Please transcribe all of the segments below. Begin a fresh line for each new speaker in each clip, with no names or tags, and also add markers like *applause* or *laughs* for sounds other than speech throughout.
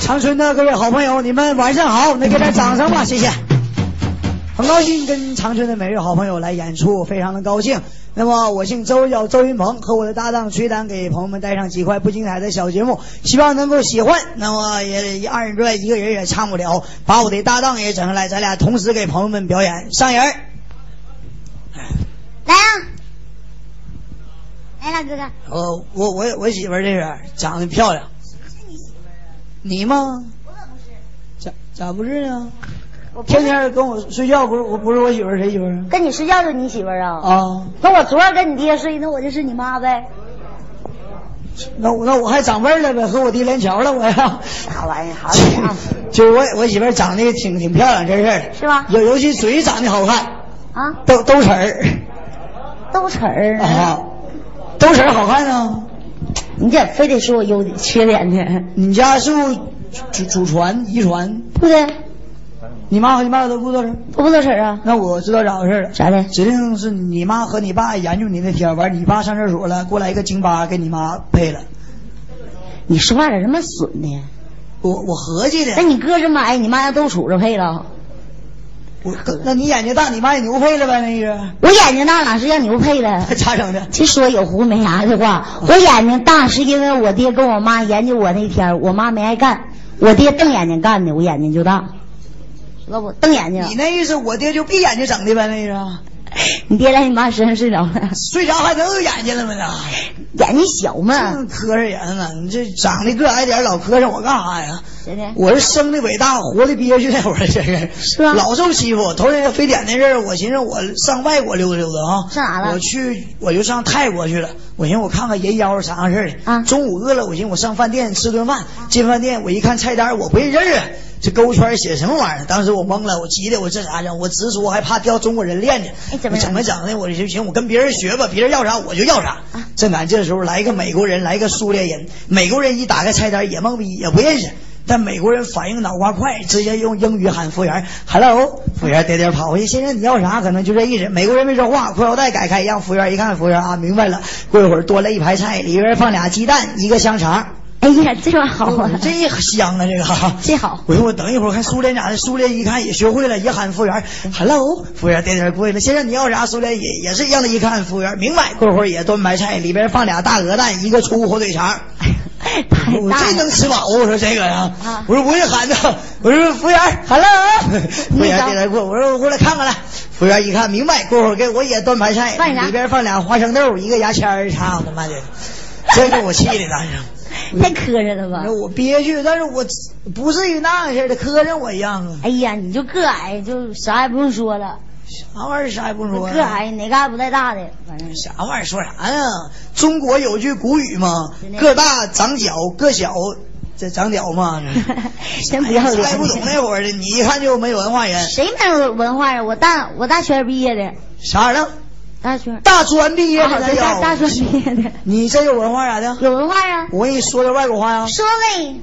长春的各位好朋友，你们晚上好，那给点掌声吧，谢谢。很高兴跟长春的每位好朋友来演出，非常的高兴。那么我姓周，叫周云鹏，和我的搭档崔丹给朋友们带上几块不精彩的小节目，希望能够喜欢。那么也二人转一个人也唱不了，把我的搭档也整上来，咱俩同时给朋友们表演上人儿。哎
来啊！来了，哥哥，
我我我我媳妇儿这是长得漂亮，
是你媳妇儿啊？
你吗？
我可不是，
咋咋不是呢？
我不
天
是
天跟我睡觉不是我不是我媳妇儿谁媳妇儿
跟你睡觉就是你媳妇儿
啊？
啊？
啊，
那我昨儿跟你爹睡，那我就是你妈呗？
那我那我还长辈儿了呗，和我弟连桥了我呀。
啥玩意儿？好家
*laughs*
伙！
就是我我媳妇儿长得挺挺漂亮，真是，
是吧？
尤尤其嘴长得好看，
啊，
豆豆齿儿
豆豉儿
啊，豆齿儿好看呢。
你咋非得说我优点缺点呢？
你家是不是祖祖传遗传？
对不对？
你妈和你爸都不豆齿儿，
我不豆豉儿啊？
那我知道咋回事了。
啥的？
指定是你妈和你爸研究你那天，完你爸上厕所了，过来一个京巴给你妈配了。
你说话咋这么损呢？
我我合计
那
的，
你哥这么矮，你妈要豆杵子配了？
我那你眼睛大，你妈也牛配了呗？那 *laughs* 是，
我眼睛大哪是让牛配的？
咋整的？
这说有胡没啥的话，我眼睛大是因为我爹跟我妈研究我那天，我妈没爱干，我爹瞪眼睛干的，我眼睛就大，知道不？瞪眼睛，
你那意思，我爹就闭眼睛整的呗？那是，
你爹在你妈身上睡着了，
睡着还能有眼睛了吗？那。
眼睛小嘛
净，磕碜人了，你这长得个矮点儿老磕碜我干啥呀？
真的。
我是生的伟大，活的憋屈那会儿，真是
是啊
老受欺负。头天非典那阵儿，我寻思我上外国溜达溜达啊，
上哪了
我去，我就上泰国去了。我寻思我看看人妖是啥样式儿的。
啊
中午饿了，我寻思我上饭店吃顿饭。进饭店我一看菜单，我不认字儿啊，这勾圈写什么玩意儿？当时我懵了，我急的我这咋整？我直说还怕掉中国人链子。
哎怎么
我
样
怎么整的？我就行，我跟别人学吧，别人要啥我就要啥
啊。
正赶这时候来一个美国人，来一个苏联人。美国人一打开菜单也懵逼，也不认识。但美国人反应脑瓜快，直接用英语喊服务员：“Hello！” 服务员颠颠跑过去，先生你要啥？可能就这意思。美国人没说话，裤腰带改开，让服务员一看，服务员啊明白了。过一会儿多来一排菜，里边放俩鸡蛋，一个香肠。
哎呀，这玩意儿好啊，
哦这香啊，这个哈。
这
*laughs*
好，
我说我等一会儿看苏联咋的，苏联一看也学会了，也喊服务员，hello，服务员点点过去了，先生你要啥？苏联也也是让他一看，服务员明白，过会儿也端白菜，里边放俩大鹅蛋，一个粗火腿肠，
太
我
大
这能
了。
吃饱？我说这个呀
啊，
我说我也喊呢，我说服务员 hello，服 *laughs* 务员点点过，我说我过来看看来，服务员一看明白，过会儿给我也端白菜
放，啥
里边放俩花生豆，一个牙签儿，操他妈的，这给我气的
*laughs*
当时。
*laughs* 太磕碜了吧
那？我憋屈，但是我不至于那样似的磕碜我一样啊。
哎呀，你就个矮，就啥也不用说了，
啥玩意儿啥也不说、
个矮哪嘎不带大的，反正
啥玩意儿说啥呀？中国有句古语嘛
真，的
个大长脚，个小这长脚 *laughs* 嘛。
真不要
哎呀
脸。
猜不懂那会儿的，你一看就没文化人。
谁没有文化啊？我大我大学毕业的，
啥的？
大学
大专毕业
啊
的
对大
咱
大
有。
学毕业的，
你这有文化啥的？
有文化呀、
我跟你说点外国话呀。
说呗，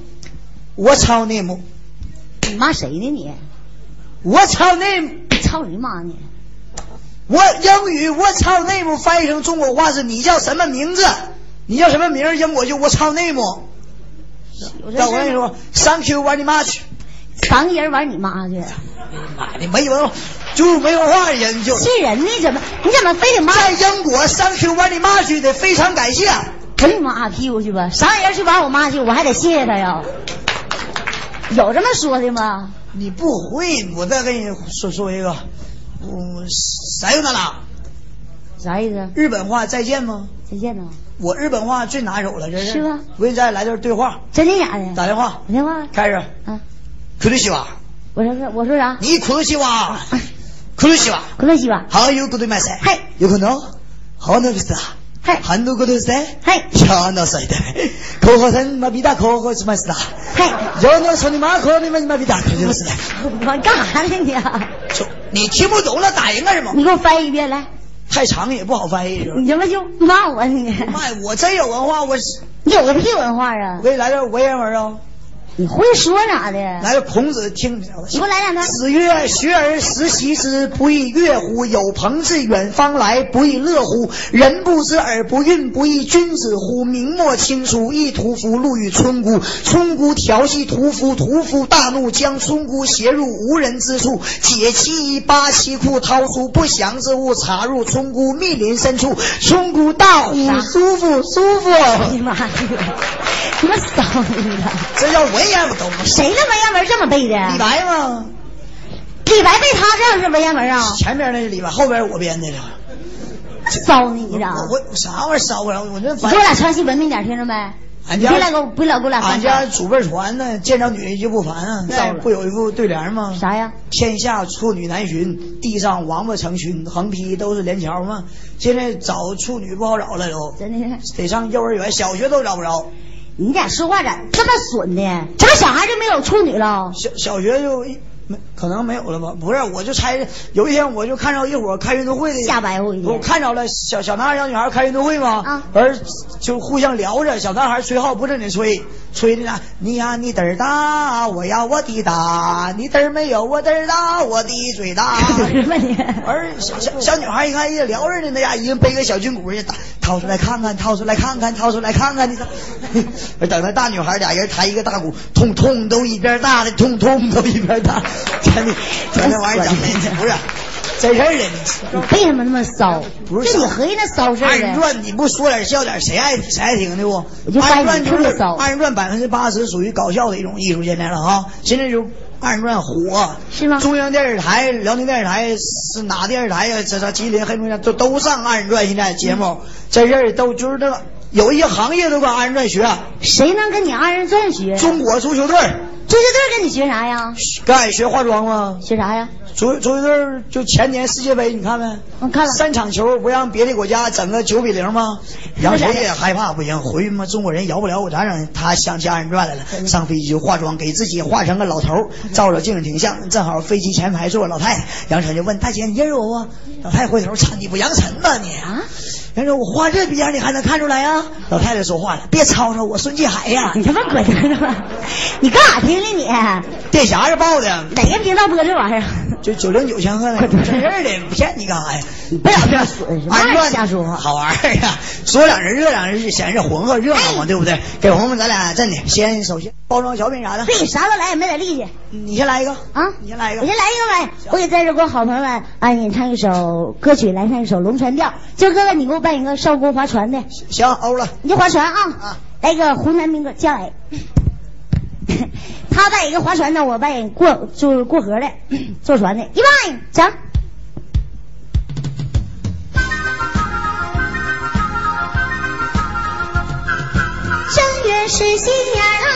我操 name，
你骂谁呢你？
我操 name，
操你妈呢！
我英语我操 name 翻译成中国话是你叫什么名字？你叫什么名儿？英国就我操 name。
有这
但我跟你
事儿吗
说，Thank you very much。
三个人玩你妈去，
妈的，哎没文化，就是没文化人就
气人呢！怎么你怎么非得骂
在英国上 Q 玩你妈去的，非常感谢。
啃你妈屁股去吧？三个人去玩我妈去，我还得谢谢他呀？有这么说的吗？
你不会，我再跟你说说一个，我啥用那拉？
啥意思？
日本话再见吗？
再见呐？
我日本话最拿手了，这是。
是吧
我给你再来段对话，
真的假的？
打电话
打电话
开始。
啊！
苦鲁西瓦，
我说是我说啥？
你苦鲁西瓦，苦鲁西瓦，
快乐西吧！
好有苦对麦塞，
嗨
有可能，好那个啥，
嗨
韩国的塞，
嗨
小那 *laughs* 塞的，口口声马比大口口是麦斯达。
嗨！
有那说你妈口你妈你妈比大口就是的。
我干啥呢你、啊
就你听不懂了，打人干什么？
你给我翻译一遍来。
太长也不好翻译。
你他妈就骂我呢你！
妈呀，我真有文化，我
你有个屁文化啊
我！给你来点文言文啊！
你会说咋的？
来个孔子听不了了
你给我来两段。
子曰：“学而时习之，不亦说乎？有朋自远方来，不亦乐乎？人不知而不愠，不亦君子乎？明末清初，一屠夫入与村姑，村姑调戏屠夫，屠夫大怒，将村姑挟入无人之处，解其衣，扒其裤，掏出不祥之物，插入村姑密林深处。村姑大呼：‘
啥
舒服，舒服
哎呀妈呀！什么骚逼的？！’
这叫文言文，
谁那文言文这么背的？
李白吗？
李白背他这样是文言文啊？
前面那是李白，后边我编的了。”
骚你的！
我我啥玩意儿烧不着？我这
你
反
给我俩唱戏文明点，听着没？
俺
你
家
别老给我，别老给我俩
俺
翻
家
唱。
祖辈传呢，见着女的就不烦啊。
糟了
那不有一副对联吗？
啥呀？
天下处女难寻，地上王八成群，横批都是连桥嘛。现在找处女不好找了都，
真的，
得上幼儿园、小学都找不着。
你咋说话咋这么损呢？这不小孩就没有处女了？
小小学就一没可能没有了吧？不是，我就猜，有一天我就看着一伙儿开运动会的
瞎白活一
我
天。
看着了，小小男孩、小女孩开运动会嘛，
啊
而就互相聊着，小男孩吹号不正经吹，吹的啥？你呀你嘚儿大，我呀我滴大，你嘚儿没有我嘚儿大，我的嘴大。 *laughs*
什么你？
而小小小女孩一看，一聊着呢，那家一人背个小军鼓，一打掏出来看看，掏出来看看，掏出来看 *laughs* 看，你这，等那大女孩俩人抬一个大鼓，通通都一边大的，通通都一边大， *laughs* 真的，整那玩意儿整的不是真事儿人。
你为什么那么骚？
不是
就你合计那骚事
二
儿
人
的，
转你不说点笑点，谁爱谁爱听的不？
我就发
二
现
人转
你
就
特别
是
骚
二人转百分之八十属于搞笑的一种艺术，现在了哈。现在就二人转火，
是吗？
中央电视台、辽宁电视台是哪电视台呀？这这吉林、黑龙江都都上二人转现在节目，这事儿都就是这个有一些行业都跟二人转学，
谁能跟你二人转学？足球
中国足球队儿
嗯队跟你学啥呀？
跟俺学化妆吗？
学啥呀？
足足球队儿就前年世界杯你看没？
我看了。
*laughs* 三场球不让别的国家整个九比零吗？杨学也害怕不行，回去嘛中国人摇不了我，咋整？他想起二人转来了，上飞机就化妆，给自己化成个老头儿，照着镜挺像。正好飞机前排坐老太太，杨晨就问大姐你认识我不？啊老太太回头，操你不杨晨吗你？
啊？
杨晨我画这逼样你还能看出来啊？老太太说话了，别吵吵我，孙继海
*laughs*
呀，
你他妈滚犊吧！你干啥听的你？哪
电匣子报的，
个频道播这玩意儿？
就九零九千克的，真事儿的，骗你干啥呀？哎
你别老这样损，什么
俺
玩意
说
儿瞎说话？
好玩儿呀！说两人热两人，显示浑厚热
哎
闹嘛，对不对？给红们咱俩真的，先首先包装小品啥的，
对，啥都来也没点力气
你先来一个
啊！
你先来一个
我先。来一个呗。我也在这给我好朋友们啊演唱一首歌曲，来唱一首《龙船调》。今儿哥哥，你给我办一个少锅划船的，
行，欧了，
你就划船啊！
啊
来一个湖南民歌叫哎， *laughs* 他扮演一个划船的，我扮演过就是过河的，坐船的，一万讲。正月十新年安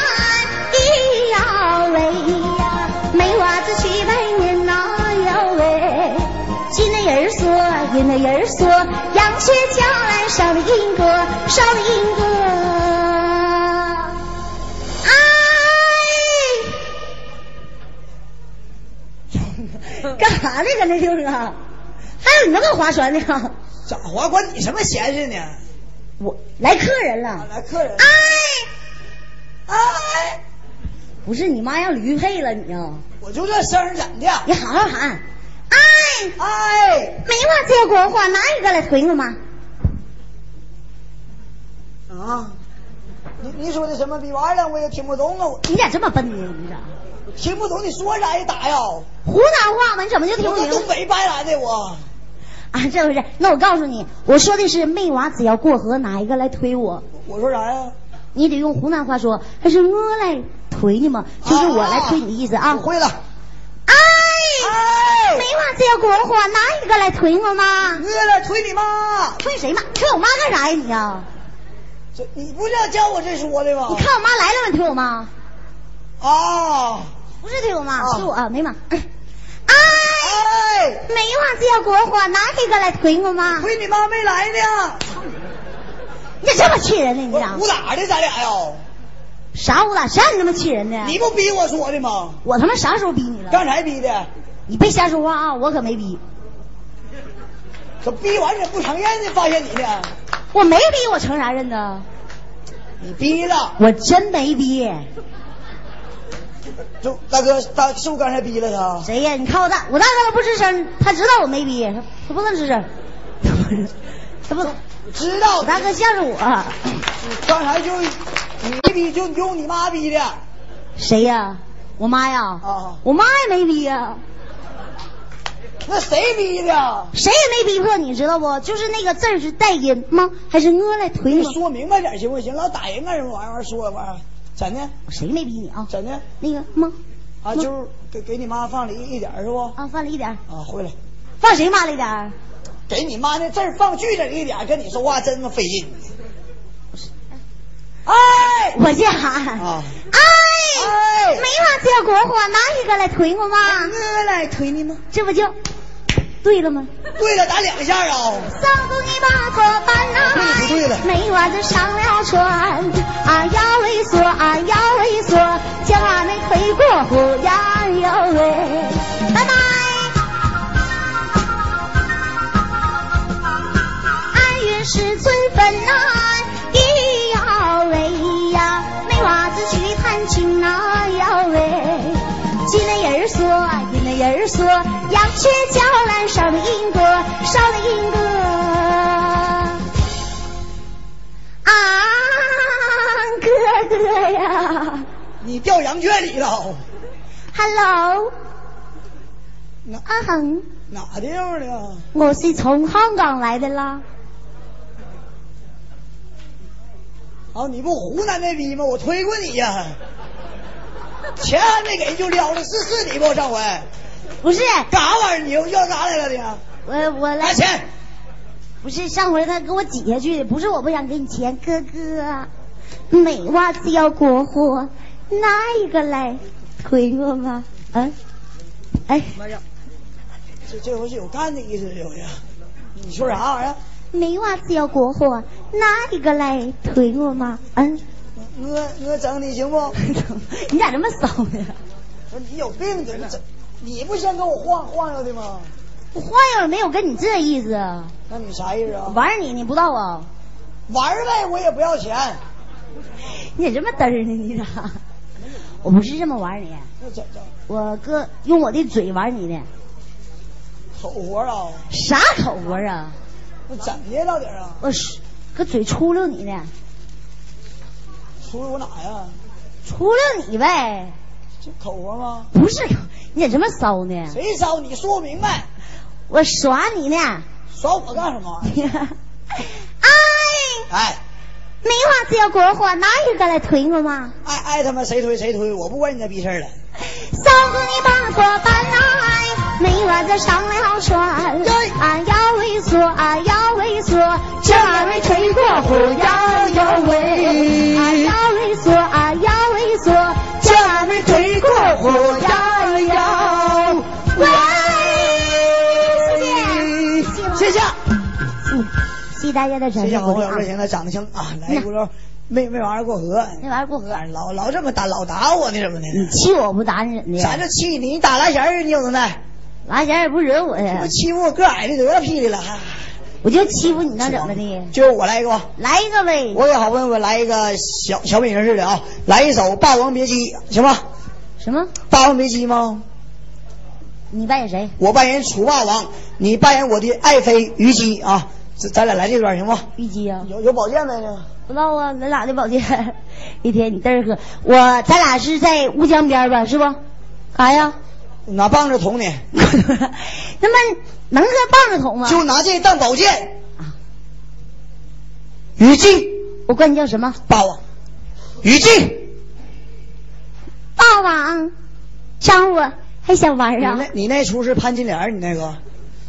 一呀喂呀，没娃子去拜年哎呐哟喂。进的人说，引的人说，羊血叫来烧的银哥，烧的银哥。哎，干啥呢？搁那地方啊？还有你那个划船呢？
咋划？管你什么闲事呢？啊
我来客人了。
来客人，
哎，
哎，
不是你妈让驴配了你啊？
我就这声儿怎的？
你好好喊。哎，
哎，
没往这国话，哪一个来推我妈？
啊，你你说的什么逼玩意儿？我也听不懂啊，我
你咋这么笨呢？你咋？
听不懂你说啥也打呀？
湖南话吗？你怎么就听
我
不
搁
明
东
白？
北搬来的我，
啊，这不是？那我告诉你，我说的是妹娃只要过河，哪一个来推我？
我说啥呀？
你得用湖南话说，还是我来推你吗？就是我来推你的意思啊。
哦我会了，
哎，
哎
没往这国话，哪一个来推我妈？
饿了推你妈。
推谁妈？推我妈干啥呀你啊？
这你不是教我这说的吗？
你看我妈来了吗？你推我妈？
啊，
不是推我妈，
啊
是我啊，没妈。哎，
哎，
没往这国话，哪一个来推我妈？
亏你妈没来呢，
你咋这么气人呢？你咋
我？打的咱俩呀？
啥殴打？谁让你这么气人呢？
你不逼我说的吗？
我他妈啥时候逼你了？
刚才逼的，
你别瞎说话啊！我可没逼，
可逼完怎不承认呢？发现你呢？
我没逼，我承啥认呢？
你逼了，
我真没逼。
就大哥，大是不是刚才逼了他？
谁呀？你看我大，我大哥不吱声，他知道我没逼，他他不能吱声， *laughs* 他不，
知道
我，大哥向着我，
刚才就你没逼，就用你妈逼的
谁呀？我妈呀，
啊。
我妈也没逼呀，
那谁逼的？
谁也没逼迫，你知道不？就是那个字儿是带音吗？还是我来推
你
吗？
说明白点行不行？老打人干什么玩意儿？说玩意儿，怎的？
谁没逼你啊？
怎的？
那个吗？
啊，
嗯
就是给给你妈放了一一点儿是不？
啊，放了一点儿，
啊，回来，
放谁妈了一点儿？
给你妈那字儿放句点一点儿，跟你说话真他妈费劲。哎，
我这喊，
啊
哎，
哎
没法结果火，拿一个来推我妈，
我来推你妈。
这不就对了吗？
对了，打两下啊！哎
上次你把车搬
不对不对
来
了，
没娃就上了船，啊呀喂嗦，啊呀喂嗦，将俺们推过湖呀呀喂，拜拜。俺云是村分呐，咿呀喂呀，没娃子去探亲呐呀喂。进来人儿说，哎进来人儿说，羊缺角兰烧了英国，烧了英国。啊，哥哥呀
你掉羊圈里了，
，Hello，
哪
啊哼，
哪地方的？
我是从香港来的啦。
啊，你不湖南那逼吗？我推过你呀、钱还没给就撩了，是是你不？上回
不是，
干啥玩意儿？你又要啥来了你？啊
我我
拿
来，
钱！
不是上回他给我挤下去的，不是我不想给你钱，哥哥，美袜子要国货，拿一个来推我吗？嗯，哎。
妈呀，这这回是有干的意思，这回是。你说啥玩意儿？
没袜子要国货，拿一个来推我吗？嗯，
我我整你行
*laughs*
不？
你咋这么骚呢？
不是你有病你这你不先跟我晃晃悠的吗？
我晃悠没有跟你这意思，
那你啥意思啊？
玩你你不知道啊？
玩儿呗，我也不要钱。
*laughs* 你咋这么 *laughs* 嘚儿呢？你咋？我不是这么玩你，
那怎整？
我哥用我的嘴玩你的，
口活儿啊？
啥口活啊？
那怎的到底儿啊？
我是搁嘴出溜你的，
出入我哪呀？
出溜你呗，
这口活儿吗？
不是？你咋这么骚呢？
谁烧你？说明白，
我耍你呢， *laughs*
耍我干什么玩意儿？
哎。
哎
没话只要国货，哪有个来推我嘛？
爱爱他妈谁推谁推，我不管你那逼事儿了。
嫂子你把拖搬来，没娃子上了船，啊呀喂嗦，啊呀喂嗦，这二位吹过火呀呀喂，啊呀喂嗦，啊呀喂嗦，这二位吹过火呀呀喂，谢谢，
谢谢，
嗯，谢谢大家的掌
谢谢
声
好
鼓
朋
励
友，热！
啊
情的掌声啊！来一轱辘，没没玩意儿过河，
那玩意儿不喝，
老老这么打，老打我呢，怎么的？
气我不打你怎
咱
的？
这气你，你打拉弦儿，你有能耐？
拿钱也不惹我呀
我。欺负我个矮的得了，屁的了，还
我就欺负你能怎么的？
就我来一个吧。
来一个呗，
我给好朋友们来一个小小品形式的啊，来一首《霸王别姬》，行吗？
什么？
《霸王别姬》吗？
你扮演谁？
我扮演楚霸王，你扮演我的爱妃虞姬啊，咱咱俩来这段行吗？
虞姬啊？
有有宝剑没呢？
不知道啊，咱俩的保
*laughs*
健。一天你嘚儿喝，我咱俩是在乌江边儿吧，是不？干啥
*laughs*
呀？
拿棒子捅你，
那么能喝棒子桶吗？
就拿这当宝剑
啊。
虞姬，
我管你叫什么？
霸王，虞姬。
霸王，张我还想玩
你
啊？
那你那出是潘金莲儿，你那个，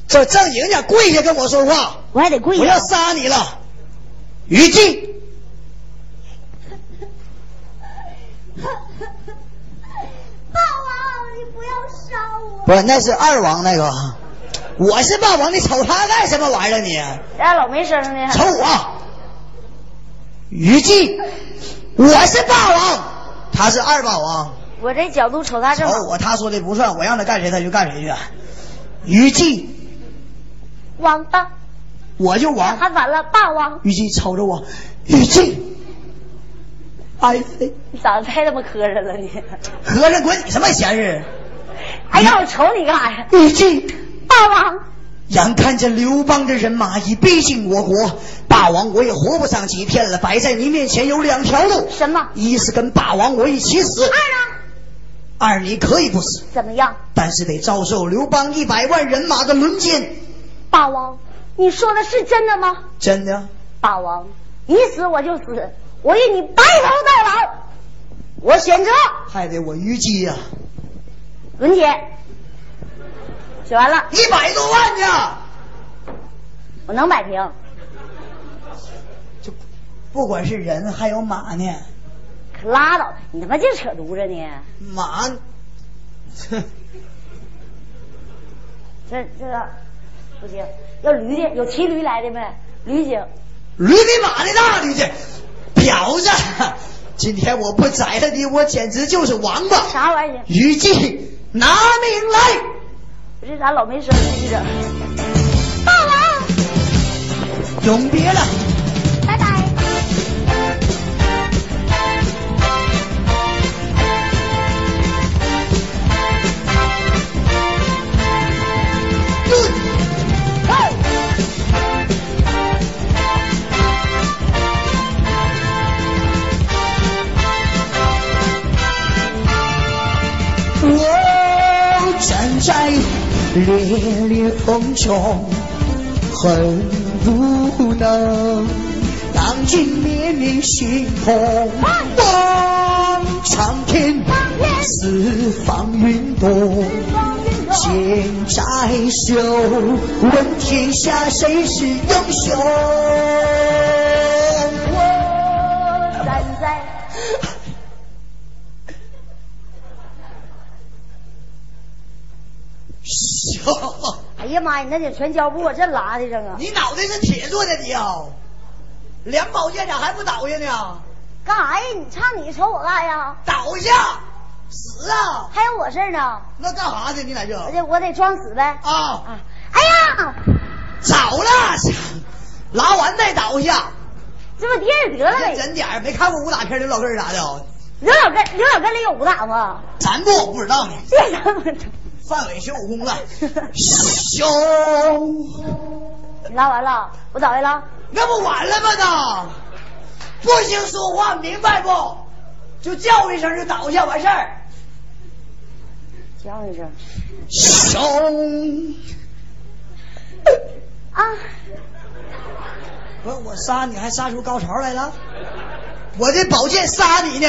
这正经点跪下跟我说话。
我还得跪
我
下
要。杀你了，虞姬。
霸王，你不要杀我！
不是，那是二王那个，我是霸王，你瞅他干什么玩意儿？你
咱俩老没声呢。
瞅我，虞姬，我是霸王，他是二霸王。
我这角度瞅他
瞅我，他说的不算，我让他干谁他就干谁去。啊虞姬，
王八，
我就王。
喊反了，霸王。
虞姬瞅着我，虞姬，哎呀，
你咋太他妈磕碜了你？
*laughs* 合着滚你什么闲事？
哎呀，我瞅你干啥呀？
你这
大王，
眼看着刘邦这人马已逼近我国，霸王我也活不上几天了。摆在你面前有两条路，
什么？
一是跟霸王我一起死，
二啊？
二你可以不死，
怎么样？
但是得遭受刘邦一百万人马的轮奸。
霸王，你说的是真的吗？
真的？
霸王，你死我就死，我与你白头到老。我选择
还得我虞姬呀、
文姐，选完了，
一百多万呢！
我能摆平。
就不管是人还有马呢，
可拉倒，你他妈净扯犊子呢！
马， *laughs*
这这个不行，要驴的，有骑驴来的没？驴行，
驴比马的大，驴去，婊子！今天我不宰了你，我简直就是王八！ *laughs*
啥玩意儿？
虞姬，拿命来！
不是咱老没声音着。
大王，
永别了，
拜拜。
我站在烈烈风中，恨不能荡尽绵绵星空，望苍天，四方云朵。剑在手，问天下谁是英雄？
我站在，
笑，
哎呀妈呀，你那得全胶布啊，这拉的这个
*laughs* 你脑袋是铁做的，你啊，两宝剑咋还不倒下呢？
干啥呀？你唱你瞅我干呀？
倒下，死啊！
还有我事儿呢？
那干啥呢？你在这
我得我得装死呗。
啊？
啊，哎呀，
早了，拉完再倒下，
这不电影得了
哎
呗
认？真点儿，没看过武打片刘老根儿啥的，哦
刘老根，刘老根里有武打吗？
咱不我不知道呢。
这咱们，
范伟学武功了，凶。
你拉完了，我倒下了。
那不完了吗？都不行，说话明白不？就叫一声就倒下完事儿。
叫一声
凶！
啊！
不是我杀你，还杀出高潮来了？我这宝剑杀你呢！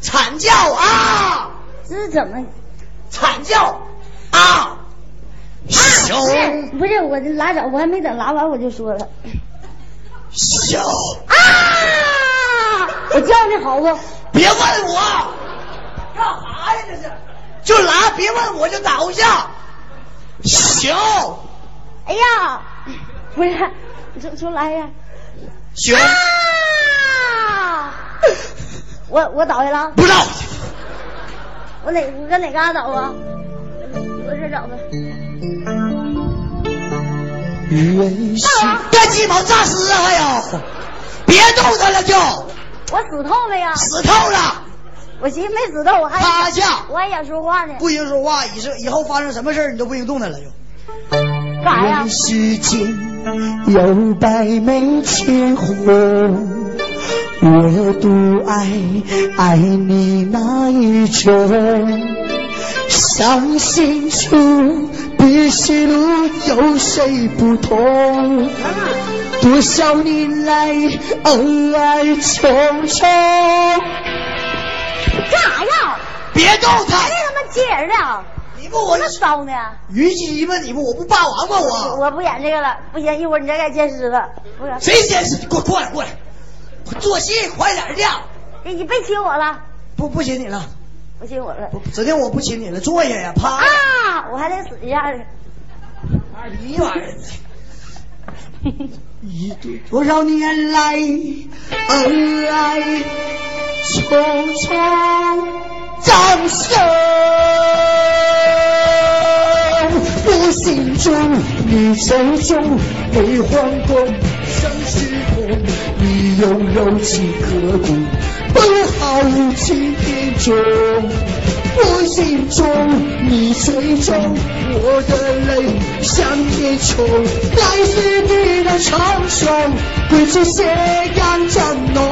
惨叫啊！
这是怎么？
惨叫啊！
不是
凶
不是，我这拉倒，我还没等拉完我就说了
凶！
啊！我叫你好不？
别问我干啥呀？这是就拉，别问我就倒下。凶！
哎呀，不是，你出出来呀！
凶！
啊！我我倒下了，
不知道。
我哪我搁哪嘎达倒啊？我这找的。
人
大王
干鸡毛诈尸啊！还有，别逗他了就，
我死透了呀！
死透了，
我寻思没死透，我还
趴下，
我还想说话呢。
不行说话，以后以后发生什么事儿你都不行动他了就。
干啥呀
人？世间有百媚千红，我独爱爱你那一种。伤心处，比喜怒有谁不同？多少年来恩爱重重。
干啥呀？
别动
这
他！
他妈接人的，
你不我
这骚呢！
虞姬吗？你不我不霸王吗？我
我不演这个了，不行，一会儿你再该接狮子。不是，
谁先是？给我过来过来，快做戏快点儿的！
这你别亲我了，
不不亲你了，
不亲我了
不指定我不亲你了，坐下呀，趴！
啊！我还得死一下呢。
二逼玩意儿！ *laughs* 一对多少年来恩爱重重，掌声。我心中，你手中，悲欢共生时空，你拥有几个骨，不今天中，我心中，你水中，我的泪向天冲，来自你的长双，归去斜阳正浓。